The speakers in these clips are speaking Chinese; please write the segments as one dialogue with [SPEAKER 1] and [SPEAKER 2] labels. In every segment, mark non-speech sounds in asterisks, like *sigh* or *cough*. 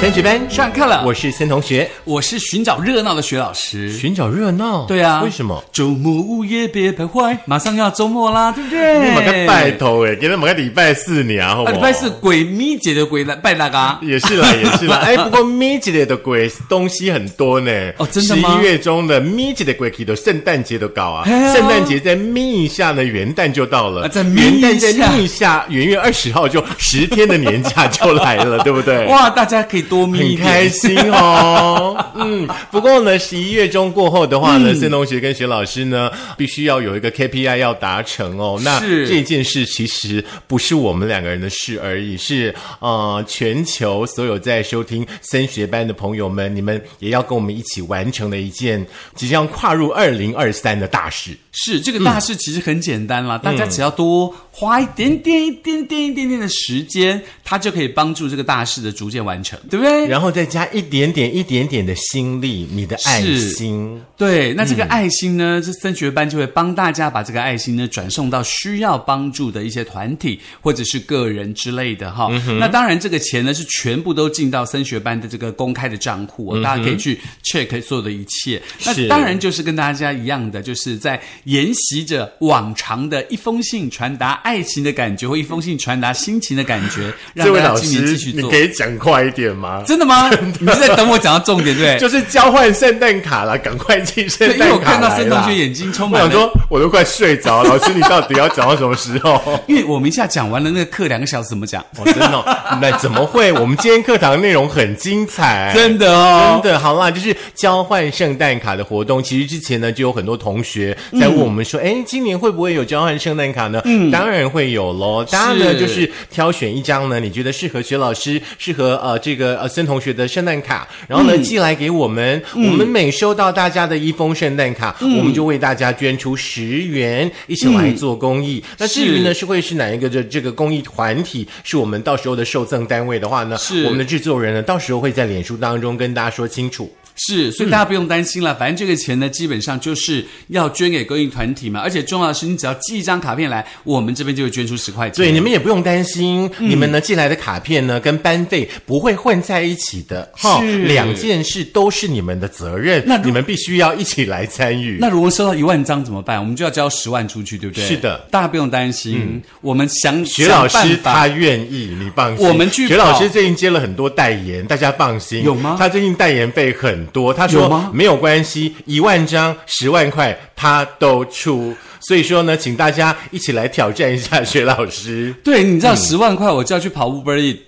[SPEAKER 1] 三学班
[SPEAKER 2] 上课了，
[SPEAKER 1] 我是森同学，
[SPEAKER 2] 我是寻找热闹的学老师。
[SPEAKER 1] 寻找热闹。
[SPEAKER 2] 对啊，
[SPEAKER 1] 为什么？
[SPEAKER 2] 周末午夜别徘徊，马上要周末啦，对不
[SPEAKER 1] 你马个
[SPEAKER 2] 对？
[SPEAKER 1] 拜托哎，给他马个礼拜四你啊，好不
[SPEAKER 2] 啊，
[SPEAKER 1] 好？
[SPEAKER 2] 礼拜四鬼咪节的鬼来拜大家。
[SPEAKER 1] 也是 *laughs* 啦，也是啦。哎，不过咪吉的鬼东西很多呢。
[SPEAKER 2] 哦真的
[SPEAKER 1] 十
[SPEAKER 2] 吗
[SPEAKER 1] 一月中的咪吉的鬼，都圣诞节都搞啊。
[SPEAKER 2] 哎呀
[SPEAKER 1] 圣诞节再眯一下呢，元旦就到了。
[SPEAKER 2] 啊再眯
[SPEAKER 1] 元
[SPEAKER 2] 一下
[SPEAKER 1] 旦再眯一下，元月二十号就十天的年假就来了，对不
[SPEAKER 2] *laughs*
[SPEAKER 1] 对？
[SPEAKER 2] 哇，大家可以多咪一
[SPEAKER 1] 很
[SPEAKER 2] 点
[SPEAKER 1] 开心哦，
[SPEAKER 2] *laughs*
[SPEAKER 1] 嗯，不过呢，十一月中过后的话
[SPEAKER 2] 嗯
[SPEAKER 1] 呢，孙、同学跟徐老师呢，必须要有一个 KPI 要达成哦。那
[SPEAKER 2] 是
[SPEAKER 1] 这件事其实不是我们两个人的事而已，是呃，全球所有在收听升学班的朋友们，你们也要跟我们一起完成的一件即将跨入二零二三的大事。
[SPEAKER 2] 是这个大事其实很简单
[SPEAKER 1] 嗯
[SPEAKER 2] 啦，大家只要多花一点点、一点点、一点点的时间，它就可以帮助这个大事的逐渐完成，对不对？
[SPEAKER 1] 然后再加一点点、一点点的心力，你的爱
[SPEAKER 2] 是
[SPEAKER 1] 心。
[SPEAKER 2] 对，那这
[SPEAKER 1] 嗯
[SPEAKER 2] 个爱心呢，这升学班就会帮大家把这个爱心呢转送到需要帮助的一些团体或者是个人之类的哈。
[SPEAKER 1] 嗯
[SPEAKER 2] 那当然，这个钱呢是全部都进到升学班的这个公开的账户、哦，大家可以去 check 所有的一切。
[SPEAKER 1] 嗯是
[SPEAKER 2] 那当然就是跟大家一样的，就是在沿袭着往常的一封信传达爱情的感觉，或一封信传达心情的感
[SPEAKER 1] *laughs*
[SPEAKER 2] 觉，让
[SPEAKER 1] 这位
[SPEAKER 2] 大家
[SPEAKER 1] 老
[SPEAKER 2] 今年继
[SPEAKER 1] 师
[SPEAKER 2] 续，
[SPEAKER 1] 你
[SPEAKER 2] 做
[SPEAKER 1] 可。以讲快一点吗？
[SPEAKER 2] 真的
[SPEAKER 1] *laughs*
[SPEAKER 2] 吗？你是在等我讲到重点对不对？
[SPEAKER 1] 就是交换圣诞卡啦，赶快寄圣
[SPEAKER 2] 哎对，因
[SPEAKER 1] 诞
[SPEAKER 2] 为我
[SPEAKER 1] 卡
[SPEAKER 2] 看到
[SPEAKER 1] 来
[SPEAKER 2] 孙
[SPEAKER 1] 啦
[SPEAKER 2] 同学眼睛充
[SPEAKER 1] 我
[SPEAKER 2] 满
[SPEAKER 1] 想
[SPEAKER 2] 了
[SPEAKER 1] 说，我都快睡着了，老师，你到底要讲到什么时
[SPEAKER 2] *laughs*
[SPEAKER 1] 候？
[SPEAKER 2] 因为我们一下讲完了那个课两个小时怎么讲？
[SPEAKER 1] 哦，真 *laughs* 的哦、那怎么会？我们今天课堂内容很精彩，
[SPEAKER 2] *laughs* 真的哦
[SPEAKER 1] 哎真，的，好啦，就是交换圣诞卡的活动。其实之前呢，就有很多同学在问我们说，哎、今年会不会有交换圣诞卡呢？嗯，当然会有喽。大家呢
[SPEAKER 2] 是
[SPEAKER 1] 就是挑选一张呢，你觉得适合学老师、适合呃这个呃孙同学的圣诞卡，然后呢、寄来给我们。我们每收到大家的一封圣诞卡，我们就为大家捐出十元，一起来做公益。那至于呢是会是哪一个这这个公益团体，是我们到时候的受赠单位的话呢，
[SPEAKER 2] 是
[SPEAKER 1] 我们的制作人呢，到时候会在脸书当中跟大家说清楚。
[SPEAKER 2] 是，所以大家不用担心了。反正这个钱呢，基本上就是要捐给公益团体嘛。而且重要的是，你只要寄一张卡片来，我们这边就会捐出十块钱。
[SPEAKER 1] 对，你们也不用担心，
[SPEAKER 2] 嗯
[SPEAKER 1] 你们呢寄来的卡片呢跟班费不会混在一起的，哈
[SPEAKER 2] 是
[SPEAKER 1] 两件事都是你们的责任，
[SPEAKER 2] 那如
[SPEAKER 1] 你们必须要一起来参与。
[SPEAKER 2] 那如果收到一万张怎么办？我们就要交十万出去，对不对？
[SPEAKER 1] 是的，
[SPEAKER 2] 大家不用担心，我们想
[SPEAKER 1] 学老
[SPEAKER 2] 想
[SPEAKER 1] 师
[SPEAKER 2] 办法
[SPEAKER 1] 他愿意，你放心。
[SPEAKER 2] 我们去
[SPEAKER 1] 学老
[SPEAKER 2] 跑
[SPEAKER 1] 师最近接了很多代言，大家放心。
[SPEAKER 2] 有吗
[SPEAKER 1] 他最近代言费很多，他
[SPEAKER 2] 有
[SPEAKER 1] 说
[SPEAKER 2] 吗
[SPEAKER 1] 没有关系，一万张、十万块他都出。所以说呢，请大家一起来挑战一下学老师。
[SPEAKER 2] *laughs* 对，你
[SPEAKER 1] 嗯
[SPEAKER 2] 知道十万块我就要去跑 Uber Eats，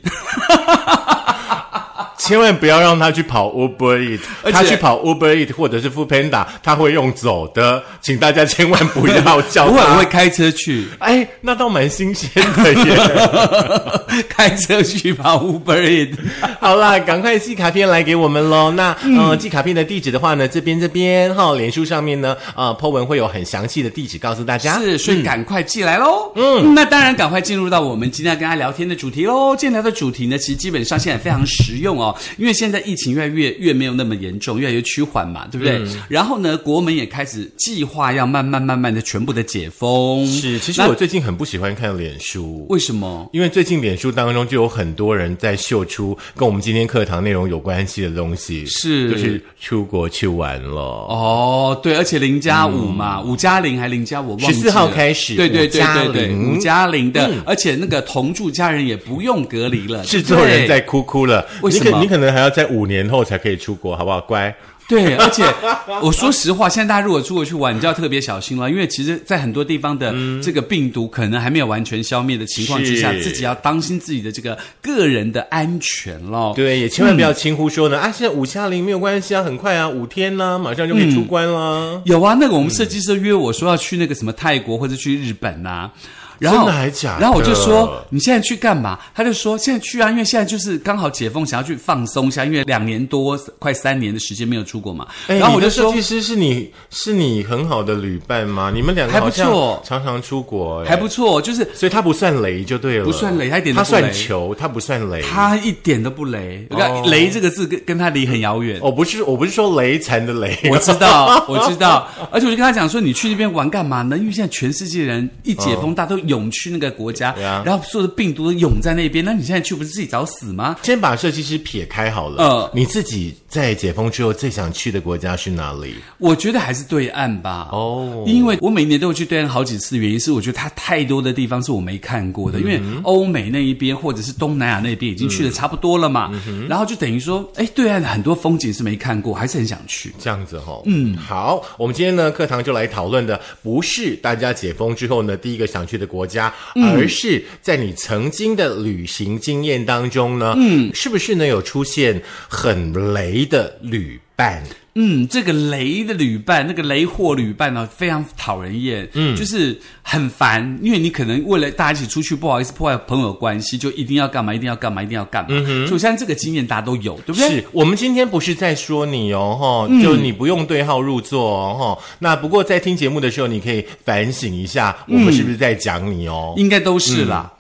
[SPEAKER 1] 千万不要让他去跑 Uber Eat，
[SPEAKER 2] 而且
[SPEAKER 1] 他去跑 Uber Eat 或者是 Food Panda，他会用走的，请大家千万不
[SPEAKER 2] *laughs*
[SPEAKER 1] 要叫
[SPEAKER 2] 偶尔
[SPEAKER 1] 他
[SPEAKER 2] 会。开车去，
[SPEAKER 1] *laughs* 哎，那倒蛮新鲜的
[SPEAKER 2] *laughs*
[SPEAKER 1] 耶！ *laughs*
[SPEAKER 2] 开车去跑 Uber Eats。
[SPEAKER 1] *laughs* 好啦，赶快寄卡片来给我们喽。那
[SPEAKER 2] 嗯
[SPEAKER 1] 呃，寄卡片的地址的话呢，这边这边哈，脸书上面呢，呃，po 文会有很详细的地址告诉大家。
[SPEAKER 2] 是，所以赶快寄来喽。嗯，那当然，赶快进入到我们今天要跟大家聊天的主题喽。今天聊的主题呢，其实基本上现在非常实用哦，因为现在疫情越来越越没有那么严重，越来越趋缓嘛，对不对？
[SPEAKER 1] 嗯
[SPEAKER 2] 然后呢，国门也开始计划要慢慢慢慢的全部的解封。
[SPEAKER 1] 是，其实
[SPEAKER 2] 那
[SPEAKER 1] 我最近很不喜欢看脸书。
[SPEAKER 2] 为什么？
[SPEAKER 1] 因为最近脸书当中就有很多人在秀出跟我们今天课堂内容有关系的东西，
[SPEAKER 2] 是
[SPEAKER 1] 就是出国去玩了。
[SPEAKER 2] 哦，对，而且零加五嘛，五加零还零加五，忘记了
[SPEAKER 1] 14号开始
[SPEAKER 2] 对对对对对，
[SPEAKER 1] 5+0
[SPEAKER 2] 五加零的，而且那个同住家人也不用隔离了，
[SPEAKER 1] 嗯制作
[SPEAKER 2] 对
[SPEAKER 1] 人在哭哭了，
[SPEAKER 2] 为
[SPEAKER 1] 你
[SPEAKER 2] 什
[SPEAKER 1] 可
[SPEAKER 2] 么
[SPEAKER 1] 你可能还要在五年后才可以出国，好不好？乖，
[SPEAKER 2] 对，而且我说实话，现在大家如果出国去玩，你就要特别小心了，因为其实，在很多地方的这个病毒可能还没有完全消灭的情况之下，
[SPEAKER 1] 嗯是
[SPEAKER 2] 自己要当心自己的这个个人的安全咯。
[SPEAKER 1] 对，也千万不要轻忽
[SPEAKER 2] 嗯
[SPEAKER 1] 说呢、啊，现在五加零没有关系啊，很快啊，五天呢、马上就可以
[SPEAKER 2] 嗯
[SPEAKER 1] 出关啦、
[SPEAKER 2] 有啊，那个我
[SPEAKER 1] 嗯
[SPEAKER 2] 们设计师约我说要去那个什么泰国或者去日本呐、然后
[SPEAKER 1] 真的还假的
[SPEAKER 2] 然后我就说你现在去干嘛？他就说现在去啊，因为现在就是刚好解封，想要去放松一下，因为两年多快三年的时间没有出国嘛。
[SPEAKER 1] 哎，
[SPEAKER 2] 然后我
[SPEAKER 1] 你的
[SPEAKER 2] 就说
[SPEAKER 1] 设计师是你是你很好的旅伴吗？你们两个
[SPEAKER 2] 还不
[SPEAKER 1] 好像
[SPEAKER 2] 错
[SPEAKER 1] 常常出国、哎
[SPEAKER 2] 还不错，就是
[SPEAKER 1] 所以他不算雷就对了，
[SPEAKER 2] 不算雷他一点都
[SPEAKER 1] 他
[SPEAKER 2] 不雷
[SPEAKER 1] 算球，他不算雷。
[SPEAKER 2] 他一点都不雷，我
[SPEAKER 1] 哦
[SPEAKER 2] 看雷这个字跟跟他离很遥远。
[SPEAKER 1] 哦，不是，我不是说雷残的雷，
[SPEAKER 2] 我知道，我知道，而且我就跟他讲说，你去那边玩干嘛呢？因为现在全世界人一解封，大家都涌去那个国家，
[SPEAKER 1] 对啊
[SPEAKER 2] 然后所有的病毒都涌在那边，那你现在去不是自己找死吗？
[SPEAKER 1] 先把设计师撇开好了。
[SPEAKER 2] 嗯
[SPEAKER 1] 你自己在解封之后最想去的国家是哪里？
[SPEAKER 2] 我觉得还是对岸吧。
[SPEAKER 1] 哦
[SPEAKER 2] 因为我每年都有去对岸好几次，原因是我觉得它太多的地方是我没看过的，因为欧美那一边或者是东南亚那边已经去的差不多了嘛，然后就等于说，哎，对岸很多风景是没看过，还是很想去。
[SPEAKER 1] 这样子哦，嗯，好，我们今天呢课堂就来讨论的不是大家解封之后呢第一个想去的国家，而是在你曾经的旅行经验当中呢，嗯，是不是呢有出现很雷的旅伴？
[SPEAKER 2] 嗯，这个雷的旅伴，那个雷货旅伴呢、非常讨人厌，嗯，就是很烦，因为你可能为了大家一起出去，不好意思破坏朋友关系，就一定要干嘛，一定要干嘛，一定要干嘛。所以我相信这个经验大家都有，对不对？
[SPEAKER 1] 是我们今天不是在说你哦，哈、就你不用对号入座哦，哈、那不过在听节目的时候，你可以反省一下，我们是不是在讲你 *laughs* 哦？
[SPEAKER 2] 应该都是啦。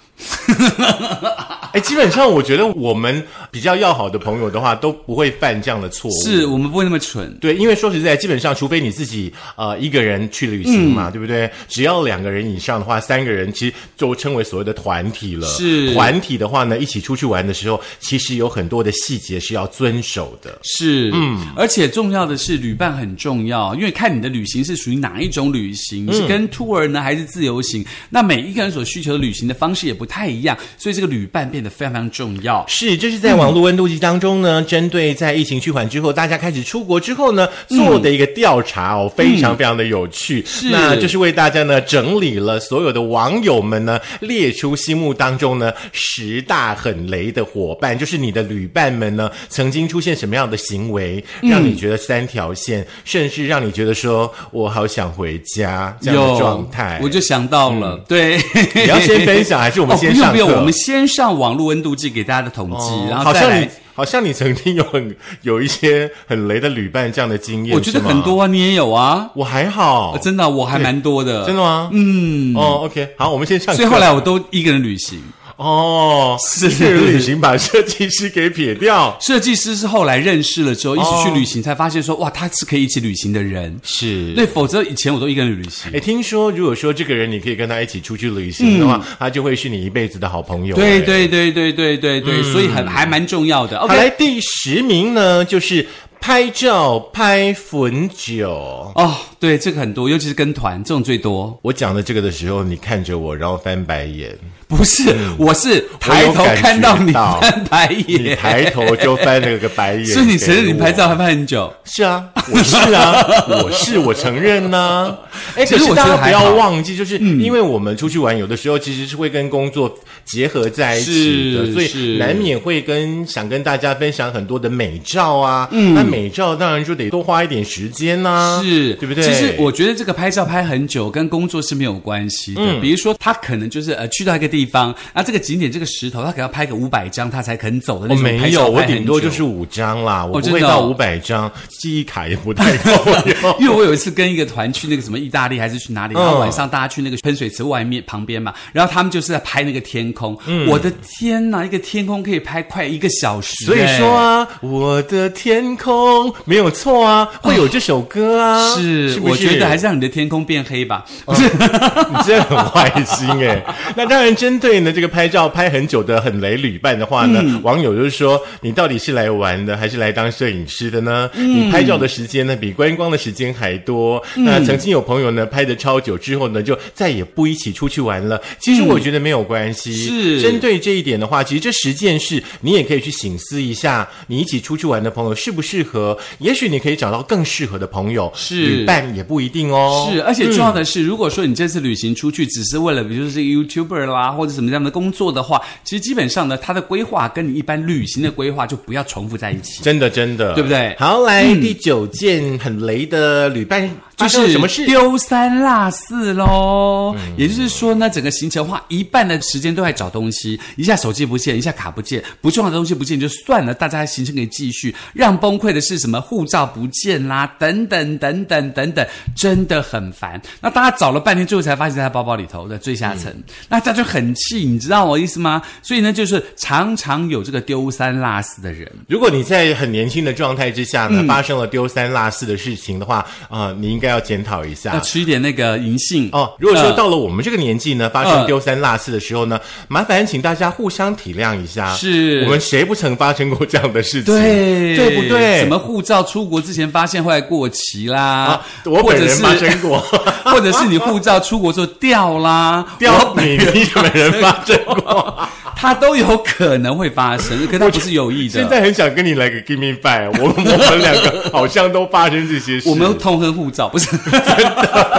[SPEAKER 1] 哎、基本上我觉得我们比较要好的朋友的话，都不会犯这样的错误。
[SPEAKER 2] 是我们不会那么蠢。
[SPEAKER 1] 对，因为说实在，基本上除非你自己呃一个人去旅行嘛，对不对？只要两个人以上的话，三个人其实就称为所谓的团体了。
[SPEAKER 2] 是
[SPEAKER 1] 团体的话呢，一起出去玩的时候，其实有很多的细节是要遵守的。
[SPEAKER 2] 是，嗯，而且重要的是旅伴很重要，因为看你的旅行是属于哪一种旅行，你是跟 tour 呢还是自由行？那每一个人所需求的旅行的方式也不太一样，所以这个旅伴变得非常非常重要。
[SPEAKER 1] 是，这是在网络温度计当中呢，针对在疫情趋缓之后，大家开始出国之后呢，做的一个调查哦，非常非常的有趣。
[SPEAKER 2] 嗯是
[SPEAKER 1] 那就是为大家呢整理了所有的网友们呢列出心目当中呢十大很雷的伙伴，就是你的旅伴们呢曾经出现什么样的行为，让
[SPEAKER 2] 嗯
[SPEAKER 1] 你觉得三条线，甚至让你觉得说我好想回家这样的状态。
[SPEAKER 2] 我就想到了，对，
[SPEAKER 1] 嗯你要先分享还是我们先
[SPEAKER 2] 哦、
[SPEAKER 1] 上
[SPEAKER 2] 不用
[SPEAKER 1] 课
[SPEAKER 2] 不用，我们先上网络温度计给大家的统计，
[SPEAKER 1] 哦
[SPEAKER 2] 然后
[SPEAKER 1] 好
[SPEAKER 2] 再
[SPEAKER 1] 像你
[SPEAKER 2] 来。
[SPEAKER 1] 好像你曾经有很 *laughs* 有一些很雷的旅伴这样的经验，
[SPEAKER 2] 我觉得
[SPEAKER 1] 是吗
[SPEAKER 2] 很，多啊，你也有啊，
[SPEAKER 1] 我还好，
[SPEAKER 2] 真的啊、我还蛮多的，
[SPEAKER 1] 哦真的吗？嗯，哦，OK，好，我们先上课。
[SPEAKER 2] 所以后来我都一个人旅行。
[SPEAKER 1] 哦，
[SPEAKER 2] 是
[SPEAKER 1] 去旅行把设计师给撇掉，
[SPEAKER 2] 设计师是后来认识了之后，一起去旅行，才发现说，哇，他是可以一起旅行的人。
[SPEAKER 1] 哦是
[SPEAKER 2] 对，否则以前我都一个人旅行。
[SPEAKER 1] 哎，听说如果说这个人你可以跟他一起出去旅行的话，他就会是你一辈子的好朋友。
[SPEAKER 2] 嗯对
[SPEAKER 1] 诶。
[SPEAKER 2] 对对对对对对，所以很还蛮重要的。
[SPEAKER 1] 哎嗯好
[SPEAKER 2] OK，
[SPEAKER 1] 来第十名呢，就是拍照拍粉酒。
[SPEAKER 2] 哦，对，这个很多，尤其是跟团这种最多。
[SPEAKER 1] 我讲的这个的时候，你看着我，然后翻白眼。
[SPEAKER 2] 不是，
[SPEAKER 1] 嗯
[SPEAKER 2] 我是抬头看到你翻白
[SPEAKER 1] 你
[SPEAKER 2] 眼，
[SPEAKER 1] 抬头就翻了个白眼，
[SPEAKER 2] 所以你承认你拍照？还拍很久？
[SPEAKER 1] 是啊，我是啊，
[SPEAKER 2] *laughs*
[SPEAKER 1] 我是我承认呐、哎，
[SPEAKER 2] 其
[SPEAKER 1] 可
[SPEAKER 2] 实
[SPEAKER 1] 是
[SPEAKER 2] 我
[SPEAKER 1] 大
[SPEAKER 2] 觉得
[SPEAKER 1] 家不
[SPEAKER 2] 还
[SPEAKER 1] 要
[SPEAKER 2] 好嗯
[SPEAKER 1] 忘记，就是因为我们出去玩，有的时候其实是会跟工作结合在一起的，
[SPEAKER 2] 是
[SPEAKER 1] 所以
[SPEAKER 2] 是
[SPEAKER 1] 难免会跟想跟大家分享很多的美照啊。那美照当然就得多花一点时间呐、
[SPEAKER 2] 嗯是，
[SPEAKER 1] 啊对不哦对？
[SPEAKER 2] 其实我觉得这个拍照拍很久跟工作是没有关系的。
[SPEAKER 1] 嗯
[SPEAKER 2] 比如说，他可能就是呃去到一个地方，那这个景点这个石头，他可能要拍个五百张，他才肯走的
[SPEAKER 1] 我
[SPEAKER 2] 那种拍照
[SPEAKER 1] 哦没有，我
[SPEAKER 2] 拍很
[SPEAKER 1] 顶多
[SPEAKER 2] 久
[SPEAKER 1] 就是五张啦，我不
[SPEAKER 2] 哦真
[SPEAKER 1] 会
[SPEAKER 2] 的哦
[SPEAKER 1] 到五百张，记忆卡也不太够
[SPEAKER 2] *laughs*
[SPEAKER 1] 用。
[SPEAKER 2] 因为我有一次跟一个团去那个什么意大利还是去哪里，
[SPEAKER 1] 嗯
[SPEAKER 2] 然后晚上大家去那个喷水池外面旁边嘛，然后他们就是在拍那个天空，
[SPEAKER 1] 嗯
[SPEAKER 2] 我的天呐，一个天空可以拍快一个小时、欸
[SPEAKER 1] 所以说啊，我的天空没有错啊，会有这首歌啊，
[SPEAKER 2] 哎。是，
[SPEAKER 1] 不
[SPEAKER 2] 我觉得还是让你的天空变黑吧。
[SPEAKER 1] *laughs* 你真的很坏心哎、 *laughs* 那当然，针对呢这个拍照拍很久的很雷旅伴的话呢，
[SPEAKER 2] 嗯
[SPEAKER 1] 网友就是说，你到底是来玩的，还是来当摄影师的呢？
[SPEAKER 2] 嗯
[SPEAKER 1] 你拍照的时间呢，比观光的时间还多。那曾经有朋友呢拍的超久之后呢，就再也不一起出去玩了。其实我觉得没有关系，
[SPEAKER 2] 嗯是
[SPEAKER 1] 针对这一点的话，其实这十件事你也可以去醒思一下，你一起出去玩的朋友适不适合？也许你可以找到更适合的朋友，
[SPEAKER 2] 是
[SPEAKER 1] 旅伴也不一定哦。
[SPEAKER 2] 是，而且重要的是，如果说你这次旅行出去只是为了，比如说是 YouTuber 啦，或者什么样的工作的话，其实基本上呢，它的规划跟你一般旅行的规划就不要重复在一起。
[SPEAKER 1] 真的，真的，
[SPEAKER 2] 对不对嗯
[SPEAKER 1] 好，来、第九件很雷的旅伴
[SPEAKER 2] 就
[SPEAKER 1] 发生了
[SPEAKER 2] 是
[SPEAKER 1] 什么事？嗯
[SPEAKER 2] 丢三落四喽。也就是说呢，整个行程花一半的时间都在找东西，一下手机不见，一下卡不见，不重要的东西不见就算了，大家行程可以继续。让崩溃的是什么？护照不见啦，等等等等等等，真的很烦。那大家找了半天，最后才发现在他包包里头的最下层，
[SPEAKER 1] 嗯
[SPEAKER 2] 那他就很气，你知道我意思吗？所以呢，就是常常有这个丢三落四的人。嗯
[SPEAKER 1] 如果你在很年轻的状态之下呢，发生了丢三落四的事情的话，啊、你应该该要检讨一
[SPEAKER 2] 要
[SPEAKER 1] 下。
[SPEAKER 2] 吃一点那个银杏
[SPEAKER 1] 哦，如果说
[SPEAKER 2] 呃
[SPEAKER 1] 到了我们这个年纪呢，发
[SPEAKER 2] 呃
[SPEAKER 1] 生丢三落四的时候呢，麻烦请大家互相体谅一下。
[SPEAKER 2] 嗯是
[SPEAKER 1] 我们谁不曾发生过这样的事情？
[SPEAKER 2] 对
[SPEAKER 1] 对不对？
[SPEAKER 2] 什么护照出国之前发现后来过期啦，
[SPEAKER 1] 啊？我
[SPEAKER 2] 或
[SPEAKER 1] 本
[SPEAKER 2] 者
[SPEAKER 1] 人
[SPEAKER 2] 是
[SPEAKER 1] 发生
[SPEAKER 2] *laughs*
[SPEAKER 1] 过， *laughs*
[SPEAKER 2] 或者是你护照出国之后掉啦，
[SPEAKER 1] 掉
[SPEAKER 2] *laughs*
[SPEAKER 1] 你你本人发生过。
[SPEAKER 2] 它都有可能会发生，可它不是有意的。
[SPEAKER 1] 现在很想跟你来个 give me five，我我们两个好像都发生这些事。
[SPEAKER 2] *laughs* 我们痛恨护照，不是？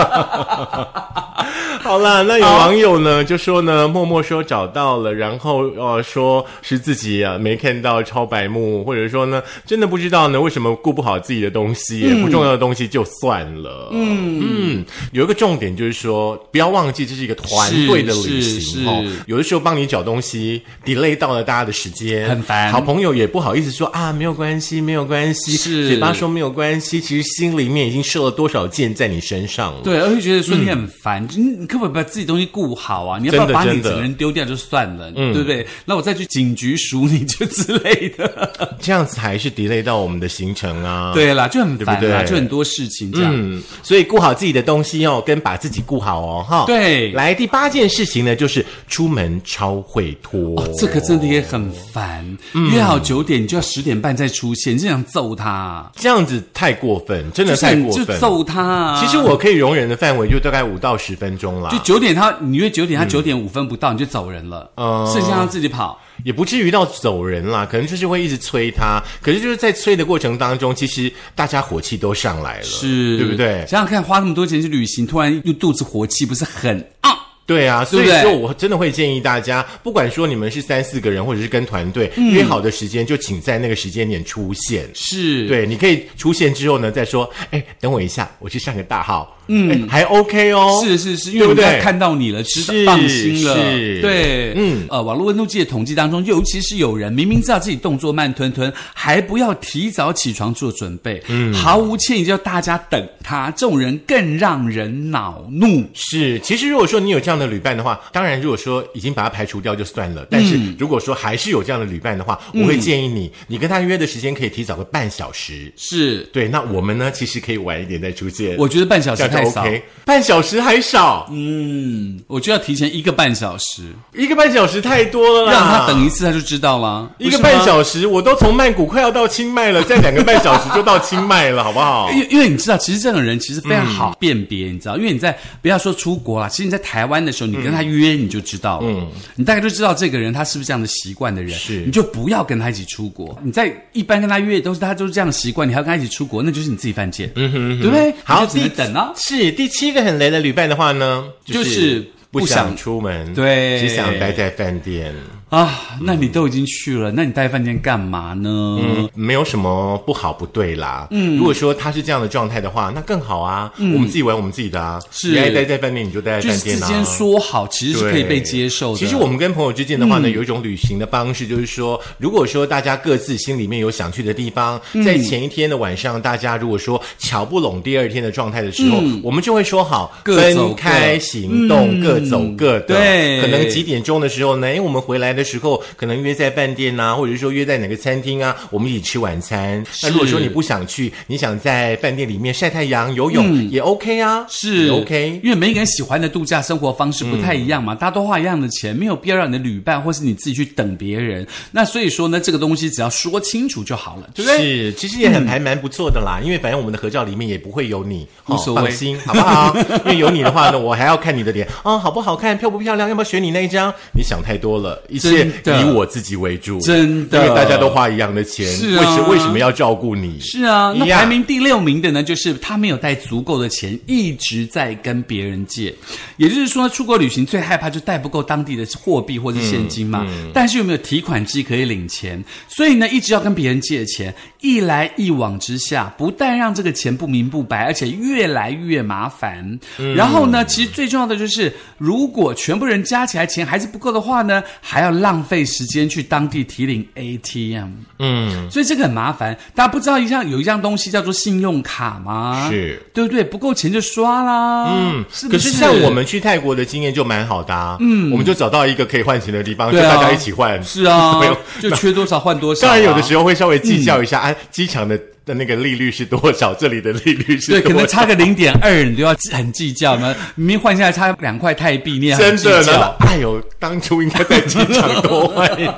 [SPEAKER 1] *laughs* 好啦，那有网友呢就说呢，默默说找到了，然后呃说是自己啊没看到超白目，或者说呢真的不知道呢为什么顾不好自己的东西，
[SPEAKER 2] 嗯
[SPEAKER 1] 不重要的东西就算了。嗯嗯，有一个重点就是说，不要忘记这是一个团队的旅
[SPEAKER 2] 是是
[SPEAKER 1] 行哦
[SPEAKER 2] 是。
[SPEAKER 1] 有的时候帮你找东西 delay 到了大家的时间，
[SPEAKER 2] 很烦
[SPEAKER 1] 好朋友也不好意思说啊没有关系，没有关系，
[SPEAKER 2] 是
[SPEAKER 1] 嘴巴说没有关系，其实心里面已经射了多少箭在你身上了。
[SPEAKER 2] *laughs* 对，而且觉得说你很烦，你你可不可以把自己东西顾好啊？你要不要
[SPEAKER 1] 嗯真的
[SPEAKER 2] 把你
[SPEAKER 1] 真的嗯
[SPEAKER 2] 整个人丢掉就算了，对不对？那我再去警局数你就之类的。
[SPEAKER 1] 这样才是 delay 到我们的行程啊。。
[SPEAKER 2] 对啦，就很烦啦，
[SPEAKER 1] 对不对
[SPEAKER 2] 就很多事情这样。
[SPEAKER 1] 嗯，所以顾好自己的东西哦，跟把自己顾好哦，哈。
[SPEAKER 2] 对
[SPEAKER 1] 来第八件事情呢，就是出门超会拖、
[SPEAKER 2] 哦，这个真的也很烦。
[SPEAKER 1] 嗯
[SPEAKER 2] 约好九点，你就要十点半再出现，你就想揍他啊，
[SPEAKER 1] 这样子太过分，真的
[SPEAKER 2] 就是
[SPEAKER 1] 太
[SPEAKER 2] 你
[SPEAKER 1] 过
[SPEAKER 2] 就
[SPEAKER 1] 分。
[SPEAKER 2] 揍他啊。
[SPEAKER 1] 其实我可以容忍的范围就大概五到十分钟啦
[SPEAKER 2] 就，九点他，你约九点，他九点五分不到你就走人了，
[SPEAKER 1] 嗯
[SPEAKER 2] 剩下他自己跑。
[SPEAKER 1] 也不至于到走人啦，可能就是会一直催他。可是就是在催的过程当中，其实大家火气都上来了，
[SPEAKER 2] 是，
[SPEAKER 1] 对不对？
[SPEAKER 2] 想想看，花那么多钱去旅行，突然又肚子火气，不是很啊？
[SPEAKER 1] 对啊，所以
[SPEAKER 2] 对不对
[SPEAKER 1] 说我真的会建议大家，不管说你们是三四个人，或者是跟团队、约好的时间，就请在那个时间点出现。
[SPEAKER 2] 嗯是，，
[SPEAKER 1] 对，你可以出现之后呢，再说，哎，等我一下，我去上个大号，嗯，还 OK 哦，
[SPEAKER 2] 是是是，因为
[SPEAKER 1] 对
[SPEAKER 2] 我
[SPEAKER 1] 不
[SPEAKER 2] 们
[SPEAKER 1] 对？
[SPEAKER 2] 看到你了，知道
[SPEAKER 1] 是
[SPEAKER 2] 放心了，
[SPEAKER 1] 是
[SPEAKER 2] 对，嗯
[SPEAKER 1] 嗯，
[SPEAKER 2] 呃，网络温度计的统计当中，尤其是有人明明知道自己动作慢吞吞，还不要提早起床做准备，嗯，毫无歉意叫大家等他，这种人更让人恼怒。
[SPEAKER 1] 是，其实如果说你有这样的旅伴的话，当然如果说已经把它排除掉就算了，但
[SPEAKER 2] 嗯
[SPEAKER 1] 是如果说还是有这样的旅伴的话，我会建议你，你跟他约的时间可以提早个半小时。
[SPEAKER 2] 是，
[SPEAKER 1] 对，那我们呢，其实可以晚一点再出现，
[SPEAKER 2] 我觉得半小
[SPEAKER 1] 这
[SPEAKER 2] 时
[SPEAKER 1] 样就
[SPEAKER 2] 太少，
[SPEAKER 1] OK，半小时还少，
[SPEAKER 2] 嗯，我就要提前一个半小时，
[SPEAKER 1] 一个半小时太多了啦，
[SPEAKER 2] 让他等一次他就知道了，
[SPEAKER 1] 啊一个
[SPEAKER 2] 不是
[SPEAKER 1] 半
[SPEAKER 2] 吗。
[SPEAKER 1] 小时，我都从曼谷快要到清迈了，再两个半小时就到清迈了，好不好？
[SPEAKER 2] 因为因为你知道，其实这种人其实非常好辨别，你知道，因为你在不要说出国啦，其实你在台湾的时候，你跟他约你就知道了，你大概就知道这个人他是不是这样的习惯的人，
[SPEAKER 1] 嗯是
[SPEAKER 2] 你就不要跟他一起出国。你在一般跟他约都是他就是这样的习惯，你还要跟他一起出国，那就是你自己犯贱，嗯哼对不对？
[SPEAKER 1] 好
[SPEAKER 2] 你就只能
[SPEAKER 1] 第
[SPEAKER 2] 等啊，
[SPEAKER 1] 是第七个很雷的旅伴的话呢，
[SPEAKER 2] 就是不
[SPEAKER 1] 不
[SPEAKER 2] 想
[SPEAKER 1] 想出门，
[SPEAKER 2] 对
[SPEAKER 1] 只想待在饭店，
[SPEAKER 2] 啊，那你都已经去了，那你待在饭店干嘛呢？
[SPEAKER 1] 嗯，没有什么不好不对啦。嗯，如果说他是这样的状态的话，那更好啊，我们自己玩我们自己的啊，
[SPEAKER 2] 嗯是
[SPEAKER 1] 你爱待在饭店你就待在
[SPEAKER 2] 就是
[SPEAKER 1] 饭
[SPEAKER 2] 之
[SPEAKER 1] 店啊，
[SPEAKER 2] 间说好，其实是可以被接受的。嗯
[SPEAKER 1] 其实我们跟朋友之间的话呢，有一种旅行的方式，就是说，如果说大家各自心里面有想去的地方，
[SPEAKER 2] 嗯
[SPEAKER 1] 在前一天的晚上，大家如果说瞧不拢第二天的状态的时候，
[SPEAKER 2] 嗯
[SPEAKER 1] 我们就会说好
[SPEAKER 2] 各走各
[SPEAKER 1] 分开行动，各走各的。
[SPEAKER 2] 嗯对
[SPEAKER 1] 可能几点钟的时候呢？哎，我们回来的时候可能约在饭店啊呐、或者是说约在哪个餐厅啊，我们一起吃晚餐。那如果说你不想去，你想在饭店里面晒太阳、游泳、也 OK 啊，
[SPEAKER 2] 嗯是
[SPEAKER 1] 也 OK。嗯
[SPEAKER 2] 因为每一个人喜欢的度假生活方式不太一样嘛，大家都花一样的钱，没有必要让你的旅伴或是你自己去等别人。那所以说呢，这个东西只要说清楚就嗯好了，对不对？
[SPEAKER 1] 是，其实也很还蛮不错的啦，因为反正我们的合照里面也不会有你，
[SPEAKER 2] 无所谓
[SPEAKER 1] 放心，好不好？ *laughs* 因为有你的话呢，我还要看你的脸啊、好不好看，漂不漂亮，要不要选你那一张？你想太多了，一切
[SPEAKER 2] 真的
[SPEAKER 1] 以我自己为主，
[SPEAKER 2] 真的
[SPEAKER 1] 因为大家都花一样的钱，
[SPEAKER 2] 是啊
[SPEAKER 1] 为什为什么要照顾你？
[SPEAKER 2] 是啊，那
[SPEAKER 1] 一样
[SPEAKER 2] 排名第六名的呢，就是他没有带足够的钱，一直在跟别人借。也就是说，出国旅行最害怕就带不够当地的货币或是现金嘛。
[SPEAKER 1] 嗯
[SPEAKER 2] 但是又没有提款机可以领钱，所以呢，一直要跟别人借钱。一来一往之下，不但让这个钱不明不白，而且越来越麻烦。
[SPEAKER 1] 嗯
[SPEAKER 2] 然后呢，其实最重要的就是，如果全部人加起来钱还是不够的话呢，还要浪费时间去当地提领 ATM。
[SPEAKER 1] 嗯，
[SPEAKER 2] 所以这个很麻烦。大家不知道一项有一项东西叫做信用卡吗？
[SPEAKER 1] 是，
[SPEAKER 2] 对不对？不够钱就刷啦。嗯是不
[SPEAKER 1] 可是像我们去泰国的经验就蛮好的、啊，嗯，我们就找到一个可以换钱的地方，
[SPEAKER 2] 对
[SPEAKER 1] 就
[SPEAKER 2] 啊
[SPEAKER 1] 大家一起换，
[SPEAKER 2] 是
[SPEAKER 1] *laughs*
[SPEAKER 2] 啊
[SPEAKER 1] 没有，
[SPEAKER 2] 就缺多少换多少、
[SPEAKER 1] 当然，有的时
[SPEAKER 2] 候。嗯
[SPEAKER 1] 候会稍微计较一下，啊，机场的的那个利率是多少，这里的利率是
[SPEAKER 2] 对，可
[SPEAKER 1] 多
[SPEAKER 2] 能
[SPEAKER 1] 少。
[SPEAKER 2] 差个零点二，你都要计很计较嘛。明明换下来差两块泰币，你也很
[SPEAKER 1] 真
[SPEAKER 2] 计
[SPEAKER 1] 的，然
[SPEAKER 2] 较
[SPEAKER 1] 后。哎呦，当初应该在机场多
[SPEAKER 2] *laughs*
[SPEAKER 1] 换一点。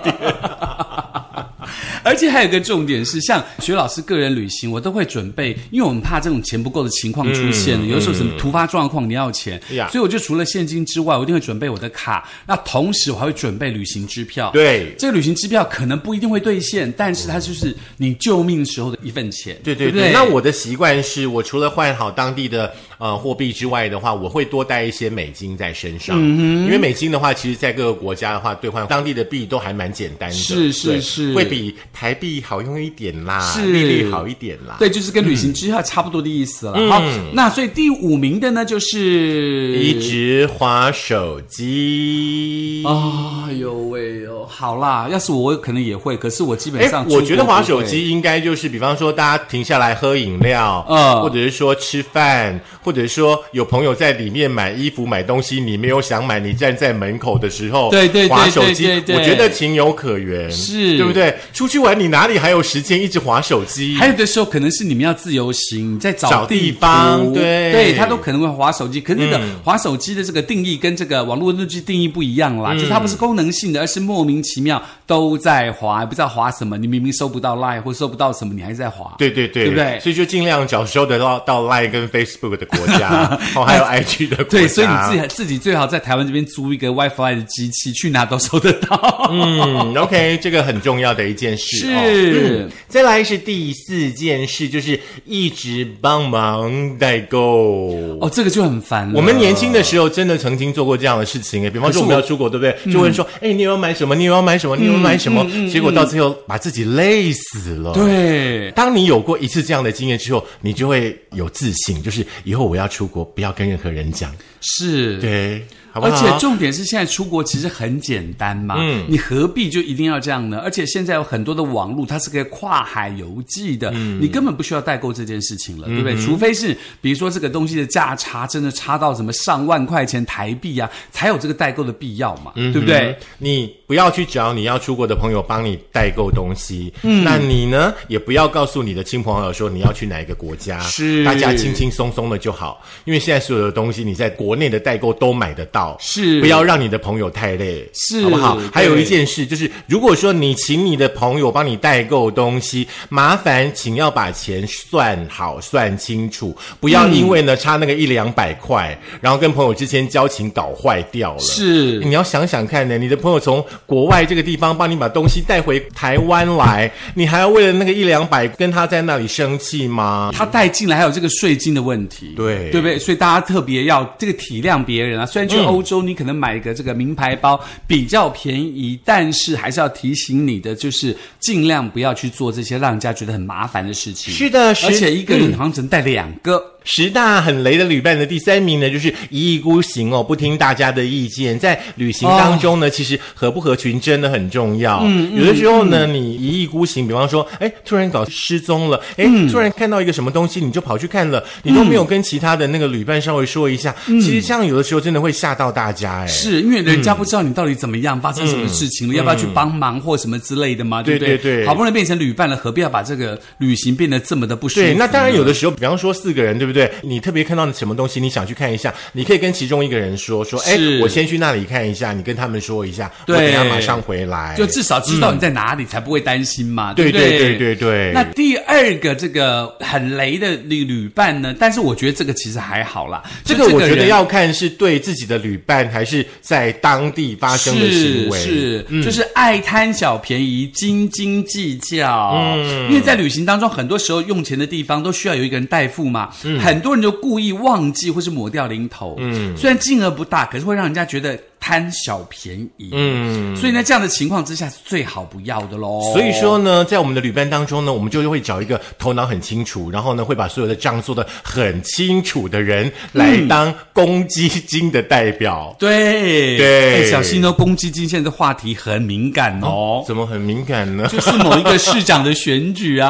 [SPEAKER 2] 而且还有一个重点是，像徐老师个人旅行，我都会准备，因为我们怕这种钱不够的情况出现
[SPEAKER 1] 嗯
[SPEAKER 2] 了，有时候什么突发状况你要钱，
[SPEAKER 1] 呀
[SPEAKER 2] 所以我就除了现金之外，我一定会准备我的卡，那同时我还会准备旅行支票。
[SPEAKER 1] 对
[SPEAKER 2] 这个旅行支票可能不一定会兑现，但是它就是你救命时候的一份钱。
[SPEAKER 1] 对
[SPEAKER 2] 对
[SPEAKER 1] 对
[SPEAKER 2] 不
[SPEAKER 1] 对，那我的习惯是我除了换好当地的呃货币之外的话，我会多带一些美金在身上，
[SPEAKER 2] 嗯
[SPEAKER 1] 因为美金的话，其实在各个国家的话，兑换当地的币都还蛮简单的，
[SPEAKER 2] 是是
[SPEAKER 1] 对
[SPEAKER 2] 是
[SPEAKER 1] 会比台币好用一点啦，
[SPEAKER 2] 是
[SPEAKER 1] 利率好一点啦。
[SPEAKER 2] 对，就是跟旅行支票差不多的意思了。好，那所以第五名的呢就是
[SPEAKER 1] 一直滑手机。
[SPEAKER 2] 啊、呦喂哦，好啦，要是我我可能也会，可是我基本
[SPEAKER 1] 哎
[SPEAKER 2] 上，
[SPEAKER 1] 我觉得
[SPEAKER 2] 出国
[SPEAKER 1] 滑
[SPEAKER 2] 不
[SPEAKER 1] 手
[SPEAKER 2] 会
[SPEAKER 1] 机应该就是，比方说大家停下来喝饮料，
[SPEAKER 2] 嗯
[SPEAKER 1] 或者是说吃饭，或者是说有朋友在里面买衣服、买东西，你没有想买，你站在门口的时候，
[SPEAKER 2] 对对对
[SPEAKER 1] 滑手机，
[SPEAKER 2] 对对对
[SPEAKER 1] 我觉得情有可原，
[SPEAKER 2] 是
[SPEAKER 1] 对不对？出去玩你哪里还有时间一直滑手机？
[SPEAKER 2] 还有的时候可能是你们要自由行，在找
[SPEAKER 1] 找
[SPEAKER 2] 地
[SPEAKER 1] 地
[SPEAKER 2] 图
[SPEAKER 1] 方对嗯
[SPEAKER 2] 对他都可能会划手机。可是那个划手机的这个定义跟这个网络日记定义不一样
[SPEAKER 1] 嗯
[SPEAKER 2] 啦，就是它不是功能性的，而是莫名其妙都在划，不知道划什么。你明明收不到 line 或收不到什么，你还在划。
[SPEAKER 1] 对对对，
[SPEAKER 2] 对不对
[SPEAKER 1] 所以就尽量找时候的到到 Line 跟 Facebook 的国
[SPEAKER 2] *laughs*
[SPEAKER 1] 家，哦，还有 IG 的国家。
[SPEAKER 2] 对，所以你自己自己最好在台湾这边租一个 WiFi 的机器，去哪都收得到。 *laughs*
[SPEAKER 1] 嗯，OK，这个很重要的一件事
[SPEAKER 2] 是
[SPEAKER 1] 哦。嗯，再来是第四件事，就是一直帮忙代购。
[SPEAKER 2] 哦，这个就很烦了。
[SPEAKER 1] 我们年轻的时候真的曾经做过这样的事情诶，比方说我们要出国，对不
[SPEAKER 2] 嗯
[SPEAKER 1] 对？就问说，哎、你有没有买什么？你有没有买什么？你有没有买什么？结果到最后把自己累死了。。
[SPEAKER 2] 嗯对。
[SPEAKER 1] 当你有过一次这样的经验之后，你就会有自信，就是以后我要出国，不要跟任何人讲，
[SPEAKER 2] 是，
[SPEAKER 1] 对，好不
[SPEAKER 2] 而
[SPEAKER 1] 好？嗯
[SPEAKER 2] 且重点是，现在出国其实很简单嘛，你何必就一定要这样呢？而且现在有很多的网络，它是可以跨海邮寄的，
[SPEAKER 1] 嗯
[SPEAKER 2] 你根本不需要代购这件事情了，对不对？除非是比如说这个东西的价差真的差到什么上万块钱台币啊，才有这个代购的必要嘛，
[SPEAKER 1] 嗯
[SPEAKER 2] 对不对？
[SPEAKER 1] 你不要去找你要出国的朋友帮你代购东西，
[SPEAKER 2] 嗯
[SPEAKER 1] 那你呢也不要告诉你的亲朋好友说你要去哪一个国家，
[SPEAKER 2] 是
[SPEAKER 1] 大家轻轻松松的就好，因为现在所有的东西你在国内的代购都买得到，
[SPEAKER 2] 是
[SPEAKER 1] 不要让你的朋友太累，
[SPEAKER 2] 是
[SPEAKER 1] 好不好
[SPEAKER 2] 对？
[SPEAKER 1] 还有一件事就是，如果说你请你的朋友帮你代购东西，麻烦请要把钱算好算清楚，不要
[SPEAKER 2] 嗯
[SPEAKER 1] 因为呢、差那个一两百块，然后跟朋友之间交情搞坏掉了，
[SPEAKER 2] 是，
[SPEAKER 1] 你要想想看呢，你的朋友从国外这个地方帮你把东西带回台湾来，你还要为了那个一两百跟他在那里生气吗？
[SPEAKER 2] 他带进来还有这个税金的问题，
[SPEAKER 1] 对嗯
[SPEAKER 2] 对不对？所以大家特别要这个体谅别人啊。虽然去欧洲你可能买一个这个名牌包比较便宜，但是还是要提醒你的，就是尽量不要去做这些让人家觉得很麻烦的事情。
[SPEAKER 1] 是的是嗯
[SPEAKER 2] 而且一个人好像只能带两个。
[SPEAKER 1] 十大很雷的旅伴的第三名呢，就是一意孤行哦，不听大家的意见。在旅行当中呢，其实合不合群真的很重要。嗯，有的时候呢，你一意孤行，比方说，哎，突然搞失踪了，哎，突然看到一个什么东西，你就跑去看了，你都没有跟其他的那个旅伴稍微说一下。其实这样有的时候真的会吓到大家，哎，
[SPEAKER 2] 是因为人家不知道你到底怎么样，发生什么事情了，要不要去帮忙或什么之类的嘛，
[SPEAKER 1] 嗯对
[SPEAKER 2] 不对？
[SPEAKER 1] 对对
[SPEAKER 2] 好不容易变成旅伴了，何必要把这个旅行变得这么的不舒服呢？
[SPEAKER 1] 对，那当然有的时候，比方说四个人，对不对？你特别看到什么东西，你想去看一下，你可以跟其中一个人说说，哎
[SPEAKER 2] 是，
[SPEAKER 1] 我先去那里看一下，你跟他们说一下，我
[SPEAKER 2] 对
[SPEAKER 1] 等一下马上回来。
[SPEAKER 2] 就至少知道你在哪里，才不会担心嘛，
[SPEAKER 1] 对
[SPEAKER 2] 不
[SPEAKER 1] 嗯
[SPEAKER 2] 对
[SPEAKER 1] 对对对对
[SPEAKER 2] 那第二个这个很雷的旅旅伴呢？但是我觉得这个其实还好啦，
[SPEAKER 1] 这
[SPEAKER 2] 就
[SPEAKER 1] 个我觉得
[SPEAKER 2] 人
[SPEAKER 1] 要看是对自己的旅伴，还是在当地发生的行为。嗯
[SPEAKER 2] 是是，就是爱贪小便宜、斤斤计较。嗯，因为在旅行当中，很多时候用钱的地方都需要有一个人代付嘛。嗯，很多人就故意忘记或是抹掉零头。嗯，虽然金额不大，可是会让人家觉得贪小便宜。嗯，所以呢，这样的情况之下是最好不要的喽。
[SPEAKER 1] 所以说呢，在我们的旅伴当中呢，我们就会找一个头脑很清楚，然后呢会把所有的账做得很清楚的人来
[SPEAKER 2] 嗯
[SPEAKER 1] 当公积金的代表。
[SPEAKER 2] 对
[SPEAKER 1] 对
[SPEAKER 2] 哎小心哦，公积金现在的话题很敏感哦，
[SPEAKER 1] 怎么很敏感呢？
[SPEAKER 2] 就是某一个市长的选举啊，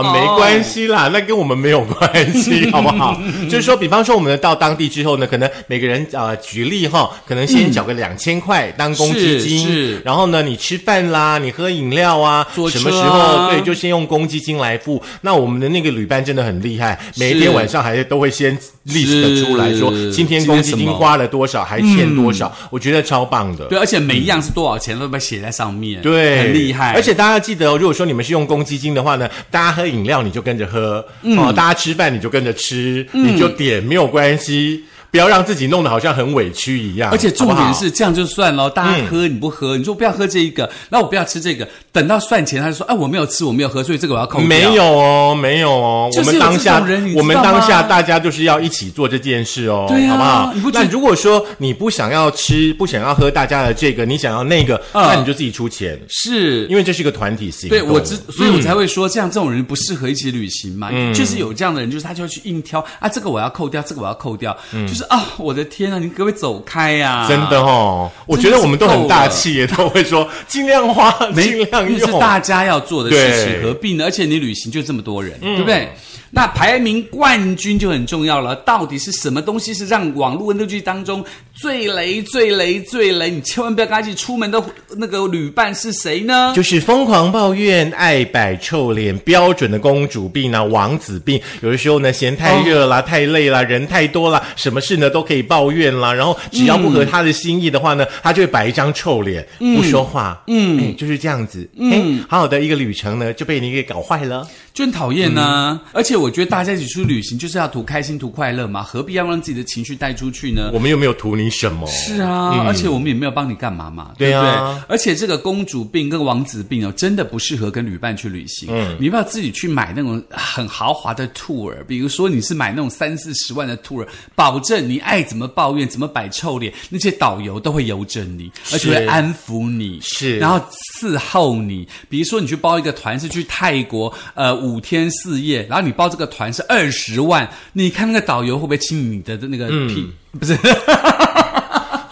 [SPEAKER 1] *laughs* 啊，没关。系啦，那跟我们没有关
[SPEAKER 2] *laughs*
[SPEAKER 1] 系，好不好？就是说，比方说我们到当地之后呢，可能每个人啊、呃举例哈，可能先缴个两千块当公积
[SPEAKER 2] 嗯是
[SPEAKER 1] 金
[SPEAKER 2] 是，
[SPEAKER 1] 然后呢，你吃饭啦，你喝饮料啊，
[SPEAKER 2] 坐车
[SPEAKER 1] 什
[SPEAKER 2] 啊
[SPEAKER 1] 么时候对，就先用公积金来付。那我们的那个旅伴真的很厉害，每一天晚上还都会先 list 出来说
[SPEAKER 2] 是
[SPEAKER 1] 今天公积
[SPEAKER 2] 今天
[SPEAKER 1] 金
[SPEAKER 2] 什么嗯
[SPEAKER 1] 花了多少，还欠多少，我觉得超棒的。
[SPEAKER 2] 对，而且每一样是多少钱都被写在上面，
[SPEAKER 1] 对，
[SPEAKER 2] 很厉害。
[SPEAKER 1] 而且大家记得哦，如果说你们是用公积金的话呢，大家喝饮料你就跟着喝，
[SPEAKER 2] 嗯
[SPEAKER 1] 哦，大家吃饭你就跟着吃，你就点没有关系，不要让自己弄得好像很委屈一样。
[SPEAKER 2] 而且重
[SPEAKER 1] 好不好
[SPEAKER 2] 点是这样就算了，大家喝你不喝，你说不要喝这一个，那我不要吃这个，等到算钱他就说，哎，我没有吃，我没有喝，所以这个我要扣掉。
[SPEAKER 1] 没有哦，没有哦，
[SPEAKER 2] 就是
[SPEAKER 1] 我们当
[SPEAKER 2] 有
[SPEAKER 1] 下
[SPEAKER 2] 这种人你知道吗
[SPEAKER 1] 我们当下大家就是要一起做这件事哦，
[SPEAKER 2] 对啊
[SPEAKER 1] 好不好？
[SPEAKER 2] 你不觉得
[SPEAKER 1] 那如果说你不想要吃，不想要喝大家的这个，你想要那个，
[SPEAKER 2] 嗯
[SPEAKER 1] 那你就自己出钱，
[SPEAKER 2] 是
[SPEAKER 1] 因为这是一个团体行动。
[SPEAKER 2] 对我知，所以
[SPEAKER 1] 嗯
[SPEAKER 2] 我才会说，这样这种人不适合一起旅行嘛。就是有这样的人，就是他就要去硬挑啊，这个我要扣掉，这个我要扣掉，就是啊，我的天啊，你可不可以走开啊呀？
[SPEAKER 1] 嗯真的哦，我觉得我们都很大气，也都会说尽量花，尽量
[SPEAKER 2] 因为是
[SPEAKER 1] 用。
[SPEAKER 2] 大家要做的事情，
[SPEAKER 1] 对嗯
[SPEAKER 2] 何必呢？而且你旅行就这么多人，对不对？那排名冠军就很重要了。到底是什么东西是让网络温度剧当中最雷、最雷、最雷？你千万不要跟他一起出门的那个旅伴是谁呢？
[SPEAKER 1] 就是疯狂抱怨、爱摆臭脸、标准的公主病啊、王子病。有的时候呢，嫌太热啦、太累啦、人太多啦，什么事呢都可以抱怨啦。然后只要不合他的心意的话呢，他就会摆一张臭脸，不说话。嗯、就是这样子。嗯、好好的一个旅程呢，就被你给搞坏了。
[SPEAKER 2] 就很讨厌呢、而且我觉得大家一起出去旅行就是要图开心、图快乐嘛，何必要让自己的情绪带出去呢？
[SPEAKER 1] 我们又没有图你什么。嗯
[SPEAKER 2] 是啊，而且我们也没有帮你干嘛嘛，
[SPEAKER 1] 对
[SPEAKER 2] 不
[SPEAKER 1] 啊
[SPEAKER 2] 对？而且这个公主病跟王子病哦，真的不适合跟旅伴去旅行。嗯，你不要自己去买那种很豪华的 tour，比如说你是买那种三四十万的 tour，保证你爱怎么抱怨、怎么摆臭脸，那些导游都会由着你，而且会安抚你，
[SPEAKER 1] 是
[SPEAKER 2] 然后伺候你。比如说你去包一个团是去泰国，呃，五天四夜，然后你包这个团是二十万，你看那个导游会不会亲你的那个
[SPEAKER 1] 嗯
[SPEAKER 2] 屁？不是。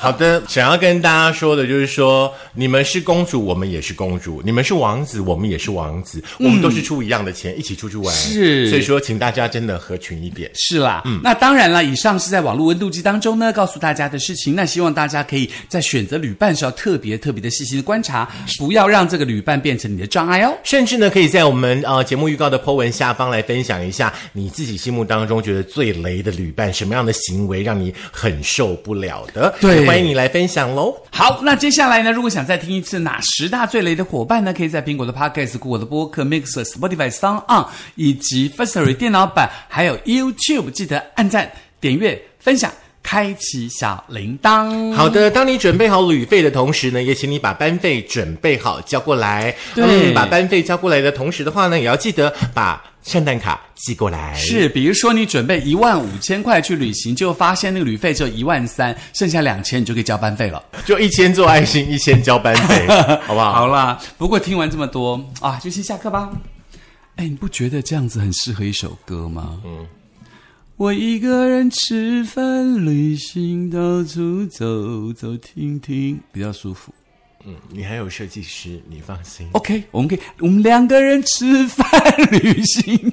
[SPEAKER 1] 好的，想要跟大家说的就是说，你们是公主，我们也是公主；你们是王子，我们也是王子。我们都是出一样的钱，一起出去玩。
[SPEAKER 2] 嗯是
[SPEAKER 1] 所以说，请大家真的合群一点。
[SPEAKER 2] 是啦，那当然啦，以上是在网络温度计当中呢告诉大家的事情。那希望大家可以在选择旅伴时要特别特别的细心的观察，不要让这个旅伴变成你的障碍哦。
[SPEAKER 1] 甚至呢，可以在我们呃节目预告的 po 文下方来分享一下你自己心目当中觉得最雷的旅伴，什么样的行为让你很受不了的？
[SPEAKER 2] 对
[SPEAKER 1] 也欢迎你来分享喽。
[SPEAKER 2] 好，那接下来呢，如果想再听一次哪十大最雷的伙伴呢，可以在苹果的 Podcast、Google 的播客、Mixer、Spotify、s o n On 以及 Firstory 电脑版，还有 YouTube，记得按赞、点阅、分享、开启小铃铛。
[SPEAKER 1] 好的，当你准备好旅费的同时呢，也请你把班费准备好交过来。嗯
[SPEAKER 2] 对
[SPEAKER 1] 把班费交过来的同时的话呢，也要记得把圣诞卡寄过来。。
[SPEAKER 2] 是，比如说你准备一万五千块去旅行，就发现那个旅费只有一万三，剩下两千你就可以交班费了。
[SPEAKER 1] 就一千做爱心，一千交班
[SPEAKER 2] *laughs*
[SPEAKER 1] 费， *laughs* 好不好？
[SPEAKER 2] 好啦，不过听完这么多啊，就先下课吧。哎，你不觉得这样子很适合一首歌吗？嗯。我一个人吃饭、旅行，到处走走停停，比较舒服。
[SPEAKER 1] 嗯，你还有设计师，你放心。
[SPEAKER 2] OK，我们可以，我们两个人吃饭、旅行。